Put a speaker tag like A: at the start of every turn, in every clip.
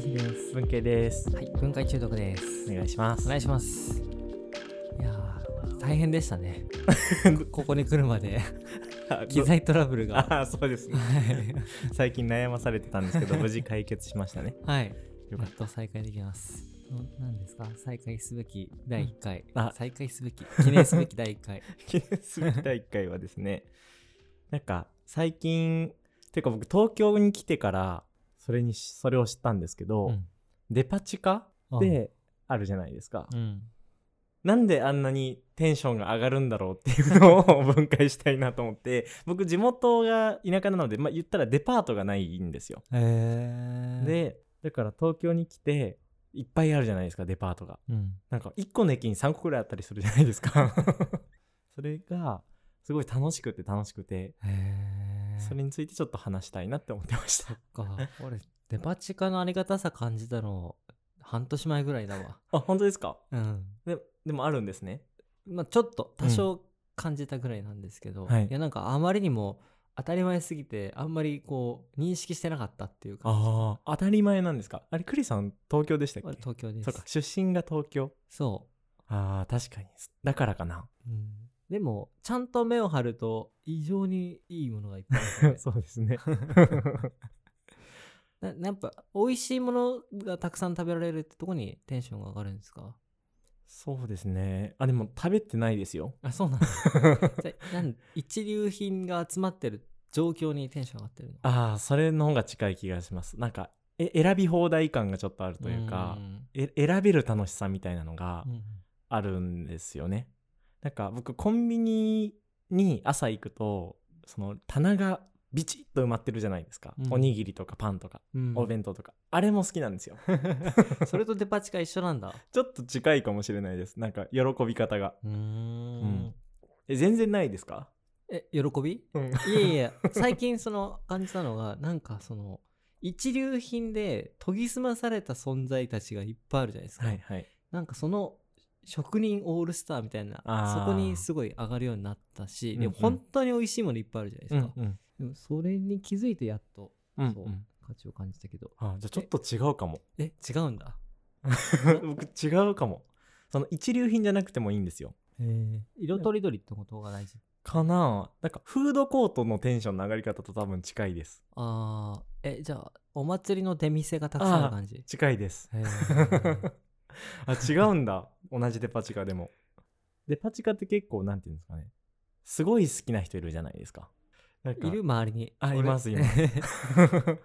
A: 文系です。
B: はい、分解中毒です。
A: お願いしま
B: お
A: す。
B: 願いします。いやー、大変でしたね。 ここに来るま で、機材トラブルが。
A: ああ、そう ですね。最近悩まされてたんですけど、無事解決しま したね。
B: はい、や
A: よかっ
B: っと再開できます。何ですか再開すべき第1回、
A: うんあ
B: 再開すべき、記念すべき第1回。
A: た。記念すべき第1回はですね、なんか最近、ていうか僕東京に来てから、それにし、それを知ったんですけ ど、
B: うん
A: デパ地下
B: あ
A: であるじゃないですか。
B: うん、
A: なんであんなにテンションが上がるんだろうっていうのを 分解したいなと思って、僕地元が田舎なので、まあ言ったらデパートがないんですよ。
B: えー、、
A: でだから東京に来ていっぱいあるじゃないですかデパートが
B: うん、
A: なんか1個の駅に3個くらいあったりするじゃないです かそれがすごい楽しくて楽しくて
B: えー、
A: それについてちょっと話したいなって思ってました
B: か、俺、デパ地下のありがたさ感じたの、半年前ぐらいだわ。
A: あ本当ですか
B: うん。
A: ででもあるんですね
B: まあ、ちょっと多少感じたぐらいなんですけど、
A: はい
B: いやなんかあまりにも当たり前すぎてあんまりこう認識してなかったっていうか
A: ああ当たり前なんですかあれクリさん東京でしたっ
B: 俺
A: け
B: 東京です
A: そうか出身が東京
B: そ
A: あー確かにだからかな
B: う、うんでもちゃんと目を張ると異常にいいものがいっぱいある
A: そうですね
B: ななやっぱ美味しいものがたくさん食べられるってとこにテンションが上がるんですか
A: そうですねあでも食べてないですよ
B: あそうなんだ じゃあなん一流品が集まってる状況にテンション上がってるの
A: ああそれの方が近い気がしますなんかえ選び放題感がちょっとあるというか
B: ん
A: え選べる楽しさみたいなのが
B: うん
A: あるんですよねなんか僕コンビニに朝行くとその棚がビチッと埋まってるじゃないですか、
B: うん
A: おにぎりとかパンとか
B: うん
A: お弁当とか、あれも好きなんですよ
B: それとデパ地下一緒なんだ
A: ちょっと近いかもしれないですなんか喜び方が
B: うー
A: うん
B: ん
A: え全然ないですか、
B: え喜び
A: うん、
B: いやいや最近その感じたのがなんかその一流品で研ぎ澄まされた存在たちがいっぱいあるじゃないですか、
A: はいはい
B: なんかその職人オールスターみたいな
A: あー
B: そこにすごい上がるようになったし、
A: うんうん
B: でも本当に美味しいものいっぱいあるじゃないですか、
A: うん
B: でもそれに気づいてやっと、
A: うん
B: そう
A: うん
B: 価値を感じたけど
A: あじゃあちょっと違うか も
B: え違うんだ
A: 僕違うかもその一流品じゃなくてもいいんですよ
B: 色とりどりってことが大事
A: かななんかフードコートのテンションの上がり方と多分近いです
B: あーえじゃあお祭りの出店がたくさんある感じ
A: 近いです
B: へー
A: あ違うんだ同じデパ地下でもデパ地下って結構なんていうんですかねすごい好きな人いるじゃないですかなん か
B: いる周りに
A: あ
B: 俺
A: いますいます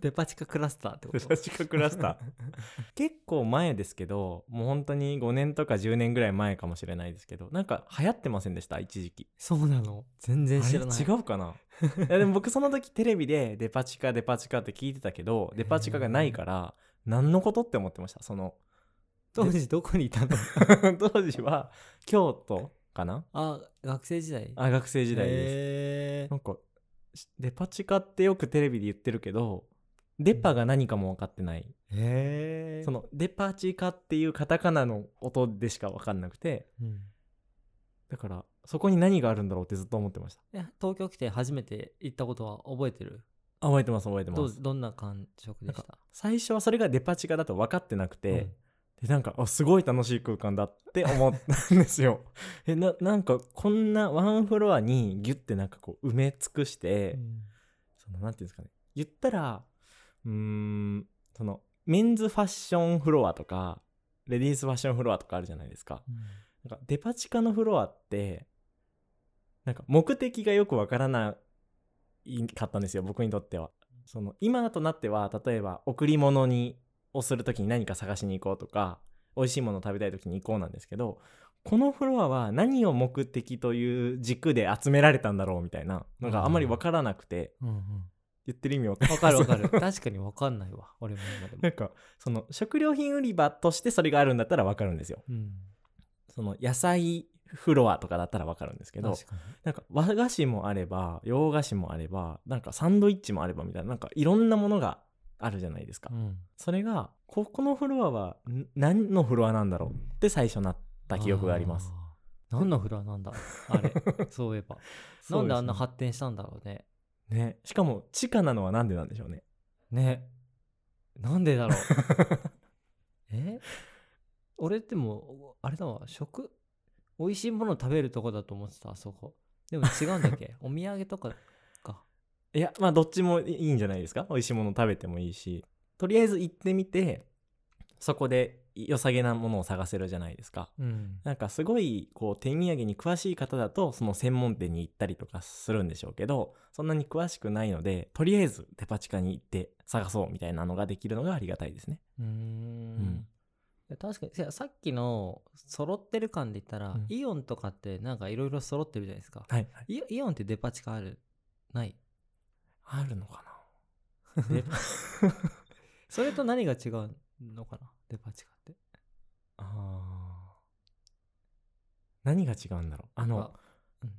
B: デパ地下クラスターってこ
A: デ
B: と
A: パ地下クラスター結構前ですけどもう本当に5年とか10年ぐらい前かもしれないですけどなんか流行ってませんでした一時期
B: そうなの全然知らない
A: あれ違うかな いやでも僕その時テレビでデパ地下デパ地下って聞いてたけどデパ地下がないから何のことって思ってましたその
B: 当時どこにいたの
A: 当時は京都かな
B: あ学生時代
A: あ学生時代です、
B: へー
A: なんかしデパ地下ってよくテレビで言ってるけどデパが何かも分かってない、
B: へー
A: そのデパ地下っていうカタカナの音でしか分かんなくて
B: うん
A: だからそこに何があるんだろうってずっと思ってました
B: え東京来て初めて行ったことは覚えてる
A: あ覚えてます覚えて
B: ど
A: ま
B: う
A: す
B: どんな感触でした
A: 最初はそれがデパ地下だと分かってなくて、
B: うん
A: でなんかあすごい楽しい空間だって思ったんで すよえななんかこんなワンフロアにギュッてなんかこう埋め尽くして、そのなんていうんですかね言ったらうーんそのメンズファッションフロアとかレディースファッションフロアとかあるじゃないですかなんかデパ地下のフロアってなんか目的がよくわからないかったんですよ僕にとってはその今となっては例えば贈り物にをする時に何か探しに行こうとか美味しいものを食べたい時に行こうなんですけどこのフロアは何を目的という軸で集められたんだろうみたいなのがあまりわからなくて、
B: うんうん
A: 言ってる意味わか
B: わ
A: ります
B: かるわかる確かにわかんないわ俺も今でも
A: なんかその食料品売り場としてそれがあるんだったらわかるんですよ
B: うん
A: その野菜フロアとかだったらわかるんですけど
B: 確かに
A: なんか和菓子もあれば洋菓子もあればなんかサンドイッチもあればみたいななんかいろんなものがあるじゃないですか、
B: うん
A: それがここのフロアはん何のフロアなんだろうって最初なった記憶があります
B: あー何のフラなんだあれそういえば な
A: そうんですね
B: であんな発展したんだろうね
A: ねしかも地下なのはなんでなんでしょうね
B: ねなんでだろうえ俺ってもうあれだわ食美味しいもの食べるとこだと思ってたあそこでも違うんだっ けお土産とかか
A: いやまあどっちもいいんじゃないですか美味しいもの食べてもいいしとりあえず行ってみてそこで良さげなものを探せるじゃないですか
B: うん
A: なんかすごいこう手土産に詳しい方だとその専門店に行ったりとかするんでしょうけどそんなに詳しくないのでとりあえずデパ地下に行って探そうみたいなのができるのがありがたいですね。
B: うーん確かにいやさっきの揃ってる感で言ったら、
A: うん
B: イオンとかってなんかいろいろ揃ってるじゃないですか
A: はい、はい、
B: イイオンってデパ地下あるない
A: あるのかな
B: それと何が違うのかなデパ地下って
A: あー何が違うんだろうあの
B: あうん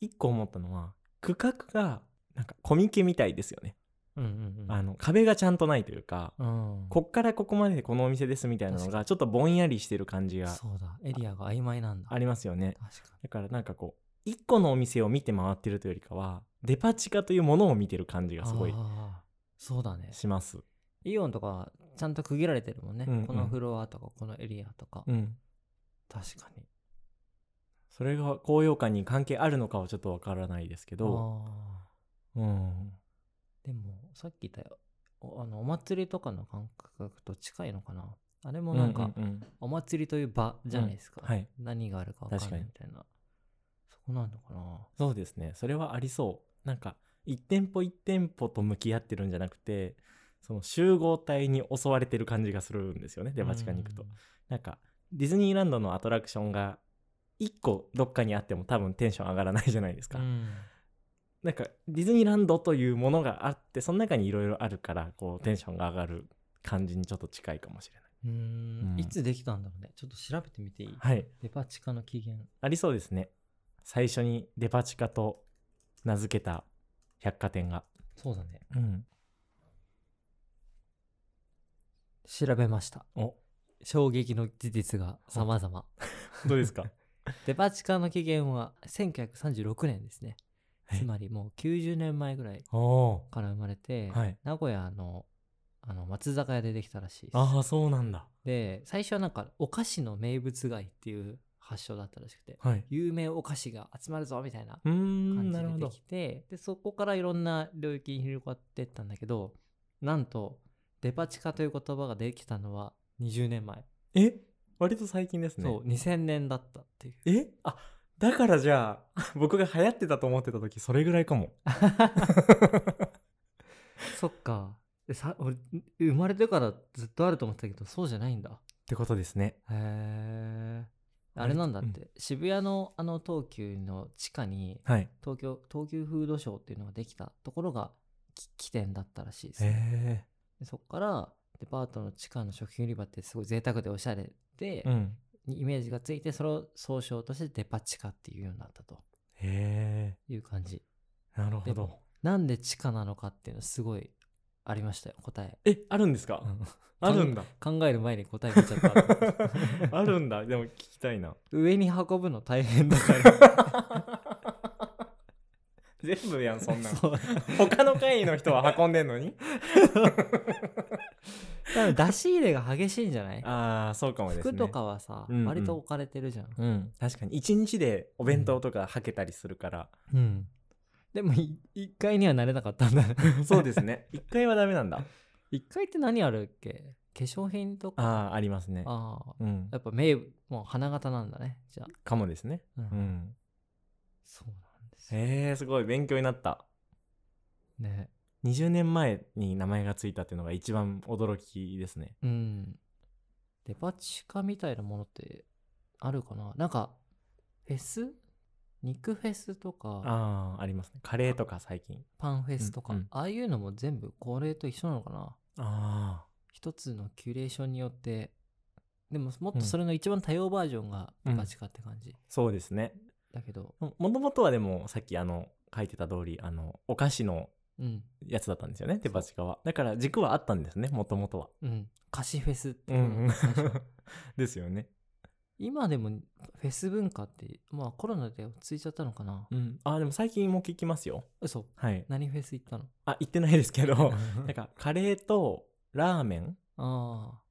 A: 一個思ったのは区画がなんかコミケみたいですよね、
B: うんうんうん
A: あの壁がちゃんとないというか、
B: うん
A: こっからここまででこのお店ですみたいなの
B: 確か
A: がちょっとぼんやりしてる感じが
B: そうだエリアが曖昧なんだ
A: ありますよね
B: 確か
A: だからなんかこう一個のお店を見て回ってるというよりかはデパ地下というものを見てる感じ
B: に
A: がすごい
B: あーそうだね
A: します。
B: イオンとかちゃんと区切られてるもんね、
A: うんうん
B: このフロアとかこのエリアとか、
A: うん、
B: 確かに
A: それが高揚感に関係あるのかはちょっとわからないですけど、
B: あ
A: うん、
B: ーでもさっき言ったよおあのお祭りとかの感覚と近いのかなあれもなんか、
A: うううん
B: お祭りという場じゃないですか、
A: はい
B: 何があるか分かんないみたいなそこなんのかな
A: そうですねそれはありそうなんか一店舗一店舗と向き合ってるんじゃなくてその集合体に襲われてる感じがするんですよねデパ地下に行くと。なんかディズニーランドのアトラクションが一個どっかにあっても多分テンション上がらないじゃないですか。
B: うん、
A: なんかディズニーランドというものがあってその中にいろいろあるからこうテンションが上がる感じにちょっと近いかもしれない。
B: うん
A: うん
B: いつできたんだろうねちょっと調べてみていい
A: はい
B: デパ地下の起源
A: ありそうですね。最初にデパ地下と名付けた百貨店が。
B: そうだね
A: うん、
B: 調べました
A: お
B: 衝撃の事実が様々
A: どうです か
B: デパ地下の起源は1936年ですね
A: はい
B: つまりもう90年前ぐらい
A: おお
B: から生まれて、
A: はい
B: 名古屋のあの松坂屋でできたらしいです
A: ああそうなんだ。
B: で最初はなんかお菓子の名物街っていう発祥だったらしくて
A: はい、
B: 有名お菓子が集まるぞみたいな
A: うーん
B: 感
A: なるほ
B: じで
A: ど
B: でき。てでそこからいろんな領域に広がってったんだけどなんとデパ地下という言葉ができたのは20年前、
A: え割と最近ですね。
B: そう2000年だったっていう
A: えあだからじゃあ 僕が流行ってたと思ってた時それぐらいか も。
B: そっかでさ俺生まれてからずっとあると思ってたけどそうじゃないんだ
A: ってことですね。
B: へえあれなんだって、渋谷のあの東急の地下に
A: はい。
B: 東京東急フードショーっていうのができたところがき起点だったらしいですね
A: へ
B: でそこからデパートの地下の食品売り場ってすごい贅沢でおしゃれで、
A: え。うん。
B: にイメージがついてそれを総称としてデパ地下っていうようになったと
A: へ
B: いう感じ
A: え。なる
B: で
A: ほど
B: も。なんで地下なのかっていうのすごいありましたよ答え、
A: えあるんですか、あるんだ
B: 考える前に答え出ちゃった
A: あるんだでも聞きたいな
B: 上に運ぶの大変だから
A: 全部やんそんなん
B: そう
A: 他の会の人は運んでんのに
B: 多分出し入れが激しいんじゃない
A: ああそうかもですね
B: 服とかはさ、
A: うんうん
B: 割と置かれてるじゃん、
A: うん確かに一日でお弁当とかはけたりするから、
B: うんでもい一階にはなれなかったんだ
A: そうですね 一回はダメなんだ
B: 一階って何あるっけ化粧品とか
A: ああありますね
B: ああ
A: うん
B: やっぱ名物もう花形なんだねじゃあ、
A: かもですね
B: うん
A: うん
B: そうなんですよ
A: へえすごい勉強になった
B: ね
A: 20年前に名前がついたっていうのが一番驚きですね
B: うんデパ地下みたいなものってあるかななんかフェス肉フェスとか
A: ああありますねカレーとか最近
B: パンフェスとか、
A: うんうん
B: ああいうのも全部これと一緒なのかな
A: あ
B: 一つのキュレーションによってでももっとそれの一番多様バージョンがデパ地下って感じ、
A: そうですね
B: だけど
A: ももともとはでもさっきあの書いてた通りあのお菓子の
B: うん
A: やつだったんですよねデパ地下はだから軸はあったんですねもともとは
B: うん菓子フェスって、
A: うん
B: 最初
A: ですよね、
B: 今でもフェス文化ってまあコロナで落ち着いちゃったのかな
A: うん、あでも最近も聞きますよ
B: 嘘
A: はい
B: 何フェス行っ たの
A: あ行ってないですけど
B: な
A: なん
B: んか
A: かカレーとラーメン
B: ああ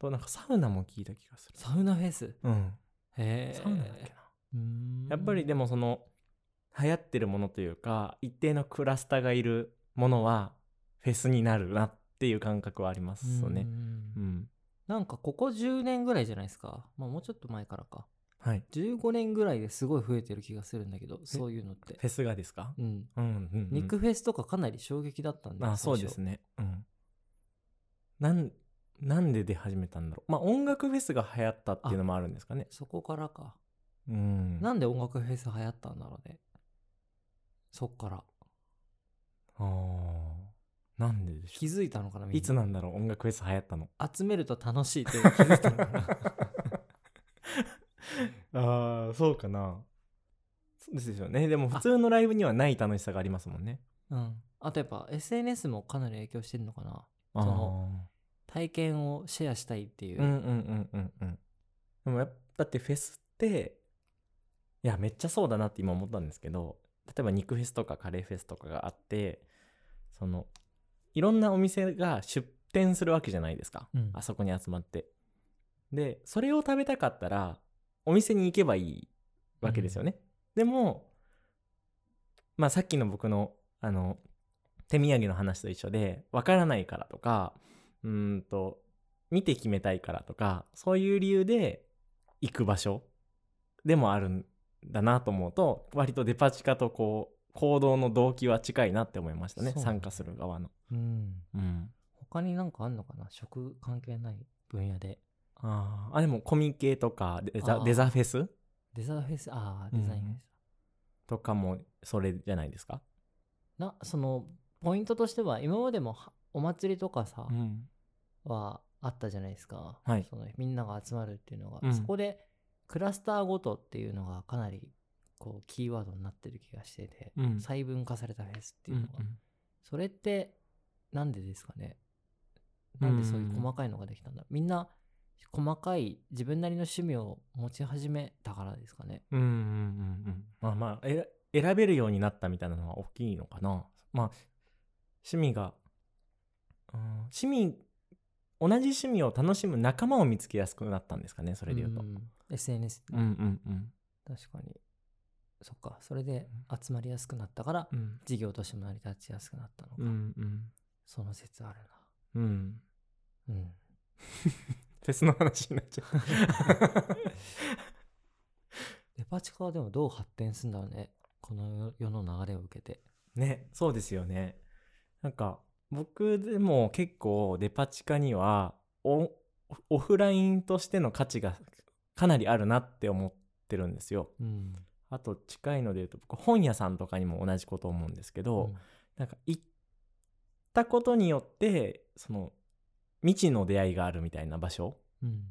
A: となんかサウナも聞いた気がする、
B: サウナフェスへ
A: うん、
B: え
A: サウナだっけな、
B: うーん
A: やっぱりでもその流行ってるものというか一定のクラスターがいるものはフェスになるなっていう感覚はありますよ
B: うー
A: ね
B: ん
A: うん、
B: なんかここ10年ぐらいじゃないですか、まあ、もうちょっと前からか
A: はい
B: 15年ぐらいですごい増えてる気がするんだけどそういうのって
A: フェスがですか
B: うん
A: うんうん、うん、
B: 肉フェスとかかなり衝撃だったんで
A: あそうですねうんなんなんで出始めたんだろうまあ音楽フェスが流行ったっていうのもあるんですかね
B: そこからか
A: うん
B: なんで音楽フェス流行ったんだろうねそっから
A: あーなんででし
B: 気
A: ょ
B: づいたのかなみん
A: ういつなんだろう音楽フェス流行ったの
B: 集めると楽しいっていうのに気づいたのか な
A: ああそうかなそうですよねでも普通のライブにはない楽しさがありますもんね
B: うんあとやっぱ SNS もかなり影響してるのかな
A: ああ
B: その体験をシェアしたいっていう、
A: うんうんうんうんうんでもやっぱだってフェスっていやめっちゃそうだなって今思ったんですけど例えば肉フェスとかカレーフェスとかがあってそのいろんなお店が出店するわけじゃないですか、
B: うん
A: あそこに集まってでそれを食べたかったらお店に行けばいいわけですよね、でもまあさっきの僕のあの手土産の話と一緒でわからないからとかうーんと見て決めたいからとかそういう理由で行く場所でもあるんだなと思うと割とデパ地下とこう行動の動機は近いなって思いましたね
B: そうなんだ
A: 参加する側の。
B: うん
A: うん、
B: 他になんかあんのかな食関係ない分野で
A: あーあでもコミケとかデザ
B: あー
A: デザフェス
B: デザインフェスああデザインフェス、
A: とかもそれじゃないですか。
B: なそのポイントとしては今までもはお祭りとかさ、
A: ん、
B: はあったじゃないですか、
A: はい
B: そのみんなが集まるっていうのが、
A: うん
B: そこでクラスターごとっていうのがかなりこうキーワードになってる気がしてて、
A: うん
B: 細分化されたフェスっていうのが、
A: うん
B: それってなんでですかね
A: うん
B: なんでそういう細かいのができたんだ、みんな細かい自分なりの趣味を持ち始めたからですかね
A: うんうんうんうんまあまあえら選べるようになったみたいなのは大きいのかなまあ趣味が、うん、趣味同じ趣味を楽しむ仲間を見つけやすくなったんですかねそ
B: そ
A: れで言うと、
B: SNS、
A: うんうんうん
B: 確かにそっかそれで集まりやすくなったから、
A: うん
B: 事業としても成り立ちやすくなったのか、
A: うんうん
B: その説ある
A: うん
B: なうん
A: フェスの話になっちゃう
B: デパ地下はでもどう発展するんだろうねこの世の流れを受けて
A: ねそうですよねなんか僕でも結構デパ地下にはオオフラインとしての価値がかなりあるなって思ってるんですよ
B: うん
A: あと近いので言うと僕本屋さんとかにも同じこと思うんですけど、
B: うん
A: なんか行ったことによってその未知の出会いがあるみたいな場所
B: うん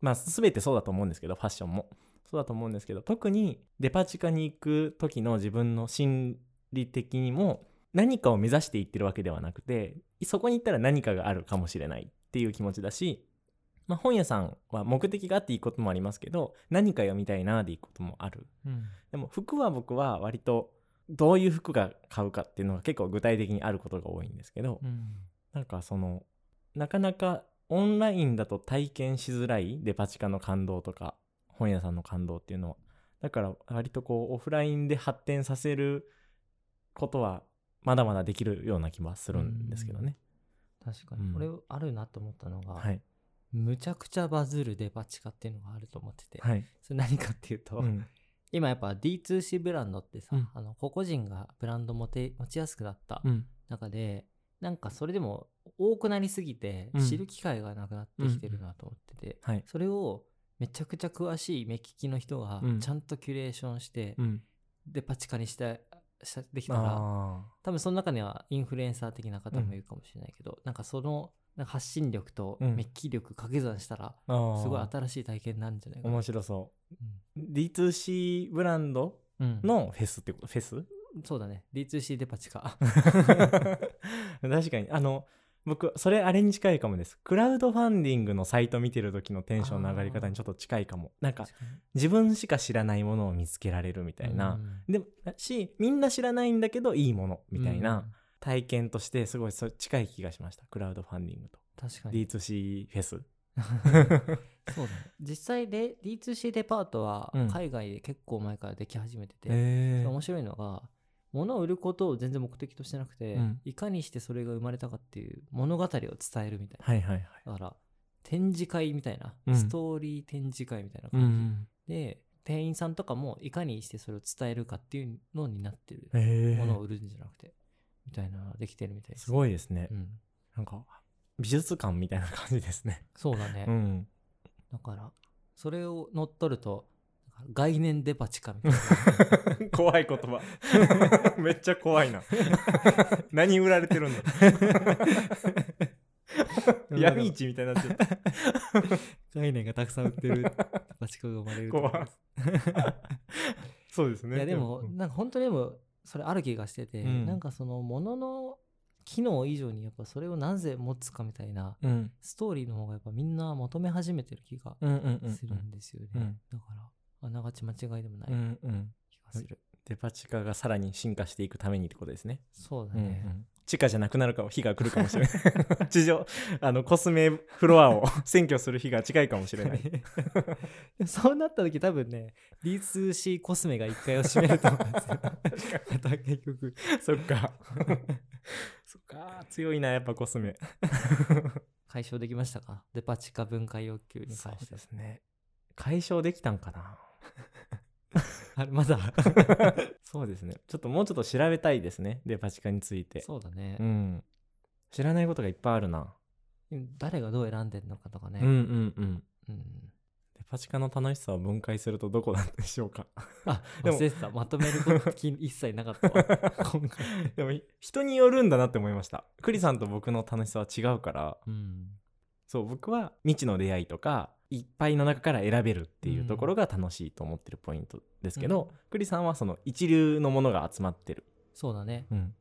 A: まあ全てそうだと思うんですけどファッションもそうだと思うんですけど特にデパ地下に行く時の自分の心理的にも何かを目指して行ってるわけではなくてそこに行ったら何かがあるかもしれないっていう気持ちだし、まあ、本屋さんは目的があって行くこともありますけど何か読みたいなで行くこともある
B: うん
A: でも服は僕は割とどういう服が買うかっていうのが結構具体的にあることが多いんですけど、なんかそのなかなかオンラインだと体験しづらいデパ地下の感動とか本屋さんの感動っていうのはだから割とこうオフラインで発展させることはまだまだできるような気はするんですけどね。
B: 確か
A: う
B: に
A: ん
B: これあるなと思ったのが、
A: はい、
B: むちゃくちゃバズるデパ地下っていうのがあると思ってて、
A: はい
B: それ何かっていうと、
A: うん
B: 今やっぱ D2C ブランドってさ、
A: うん
B: あの個々人がブランド持て持ちやすくなった
A: うん
B: 中で、なんかそれでも多くなりすぎて
A: うん
B: 知る機会がなくなってきてるなと思ってて、
A: はい
B: それをめちゃくちゃ詳しい目利きの人が
A: うん
B: ちゃんとキュレーションして、
A: うん
B: でパチカにしてしたできたら
A: あ
B: 多分その中にはインフルエンサー的な方もいるかもしれないけど、なんかそのなんか発信力と
A: うん
B: 目利き力掛け算したら、
A: ーあー
B: すごい新しい体験になるんじゃないかな
A: 面白そう、D2C ブランド
B: うん
A: のフェスってことフェス
B: そうだね D2C デパ地 下
A: 確かにあの僕それあれに近いかもですクラウドファンディングのサイト見てる時のテンションの上がり方にちょっと近いかもなんか
B: 確かに
A: 自分しか知らないものを見つけられるみたいな、でもしみんな知らないんだけどいいものみたいな体験としてすごいそれ近い気がしましたクラウドファンディングと
B: うん確かに
A: D2C フェス
B: そうだ ね実際レ D2C デパートは
A: うん
B: 海外で結構前からでき始めてて、
A: え
B: 面白いのが物を売ることを全然目的としてなくて、
A: うん
B: いかにしてそれが生まれたかっていう物語を伝えるみたいな
A: はいはいはい。
B: だから展示会みたいな、
A: うん
B: ストーリー展示会みたいな
A: う
B: 感じ、
A: ん。
B: で店員さんとかもいかにしてそれを伝えるかっていうのになってる
A: え
B: ものを売るんじゃなくてみたいなのができてるみたいです
A: すごいですね。
B: うん、
A: なんか、美術館みたいな感じですね。
B: そうだね、
A: うん。
B: だからそれを乗っ取ると概念デパ地下みたいな
A: 怖い言葉。めっちゃ怖いな。何売られて るんだ闇市みたいになってる。
B: 概念がたくさん売ってるデパ地下が生まれる と思います
A: そうですね。
B: いやでも
A: うん
B: なんか本当にでもそれある気がしてて、
A: うん
B: なんかそのものの機能以上にやっぱそれをなぜ持つかみたいな
A: うん
B: ストーリーの方がやっぱみんな求め始めてる気が
A: うんうんうん
B: するんですよね、
A: うん
B: だからあながち間違いでもない
A: うんうん。
B: 気がする、
A: デパ地下がさらに進化していくためにってことですね。
B: そうだ
A: うんう
B: ね、
A: ん地下じゃなくなるかも日が来るかもしれない 地上あのコスメフロアを 占拠する日が近いかもしれない
B: そうなった時多分ね D2C コスメが一回を占めると思うんですよ また結局
A: そっ かそっか強いなやっぱコスメ
B: 解消できましたかデパ地下分解要求に
A: そ
B: 関し
A: う
B: て
A: ですね解消できたんか な
B: あれまだ
A: そうですねちょっともうちょっと調べたいですねデパ地下について
B: そうだね
A: う、ん知らないことがいっぱいあるな、
B: 誰がどう選んでんのかとかね、
A: うんうんうん
B: うん
A: デパ地下の楽しさを分解するとどこなんでしょうか
B: あ
A: でも
B: 忘れてたまとめることき一切なかったわ 今回
A: でも人によるんだなって思いました栗さんと僕の楽しさは違うから
B: うん
A: そう僕は未知の出会いとかいっぱいの中から選べるっていうところが楽しいと思ってるポイントですけど、
B: うん
A: 栗さんはその一流のものが集まってる、
B: そうだね
A: うん、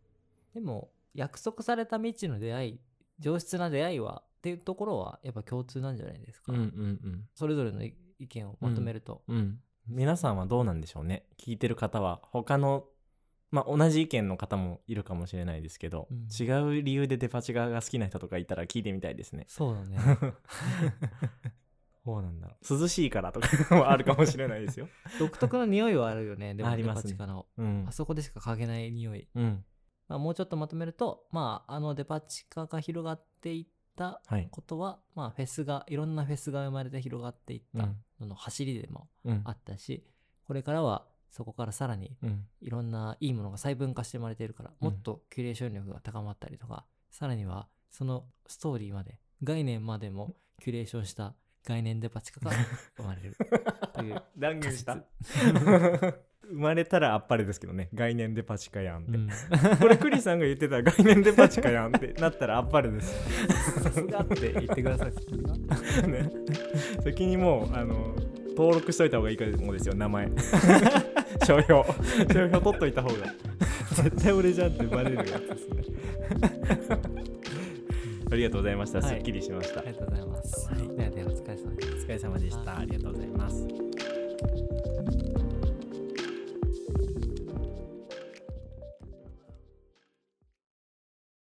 B: でも約束された未知の出会い上質な出会いはっていうところはやっぱ共通なんじゃないですか、
A: ん
B: それぞれの意意見をまとめると、
A: うんうん皆さんはどうなんでしょうね聞いてる方は他のまあ同じ意見の方もいるかもしれないですけど、
B: うん
A: 違う理由でデパ地下が好きな人とかいたら聞いてみたいです ね
B: そうだね
A: そうなんだろう涼しいからとかもあるかもしれないですよ、
B: 独特の匂いはあるよねでも
A: ありますね
B: デパ地下の
A: うん
B: あそこでしか嗅げない匂い、
A: うん、
B: まあ、もうちょっとまとめるとまああのデパ地下が広がっていった
A: はい、
B: ことはまあフェスがいろんなフェスが生まれて広がっていっ
A: う
B: た
A: ん
B: のの走りでも
A: うん
B: あったし、これからはそこからさらに
A: うん
B: いろんないいものが細分化して生まれているから
A: うん
B: もっとキュレーション力が高まったりとか、さらにはそのストーリーまで概念までもキュレーションした概念デパ地下 が生まれるという
A: 断
B: 仮説、
A: 生まれたらあっぱれですけどね概念デパ地下やんっ
B: う
A: て、
B: ん、
A: これクリさんが言ってた概念デパ地下やんってなったらあっぱれです、
B: さすがって言ってく ださい
A: ね、先にもうあの登録しといた方がいいかもですよ 名前商標商標取っといた 方が
B: 絶対俺じゃんってバレるやつですね
A: ありがとうございました、
B: はい
A: すっきりしました
B: ありがとうございます、ではではお疲れ様です
A: お疲れ様でしたありがとうございます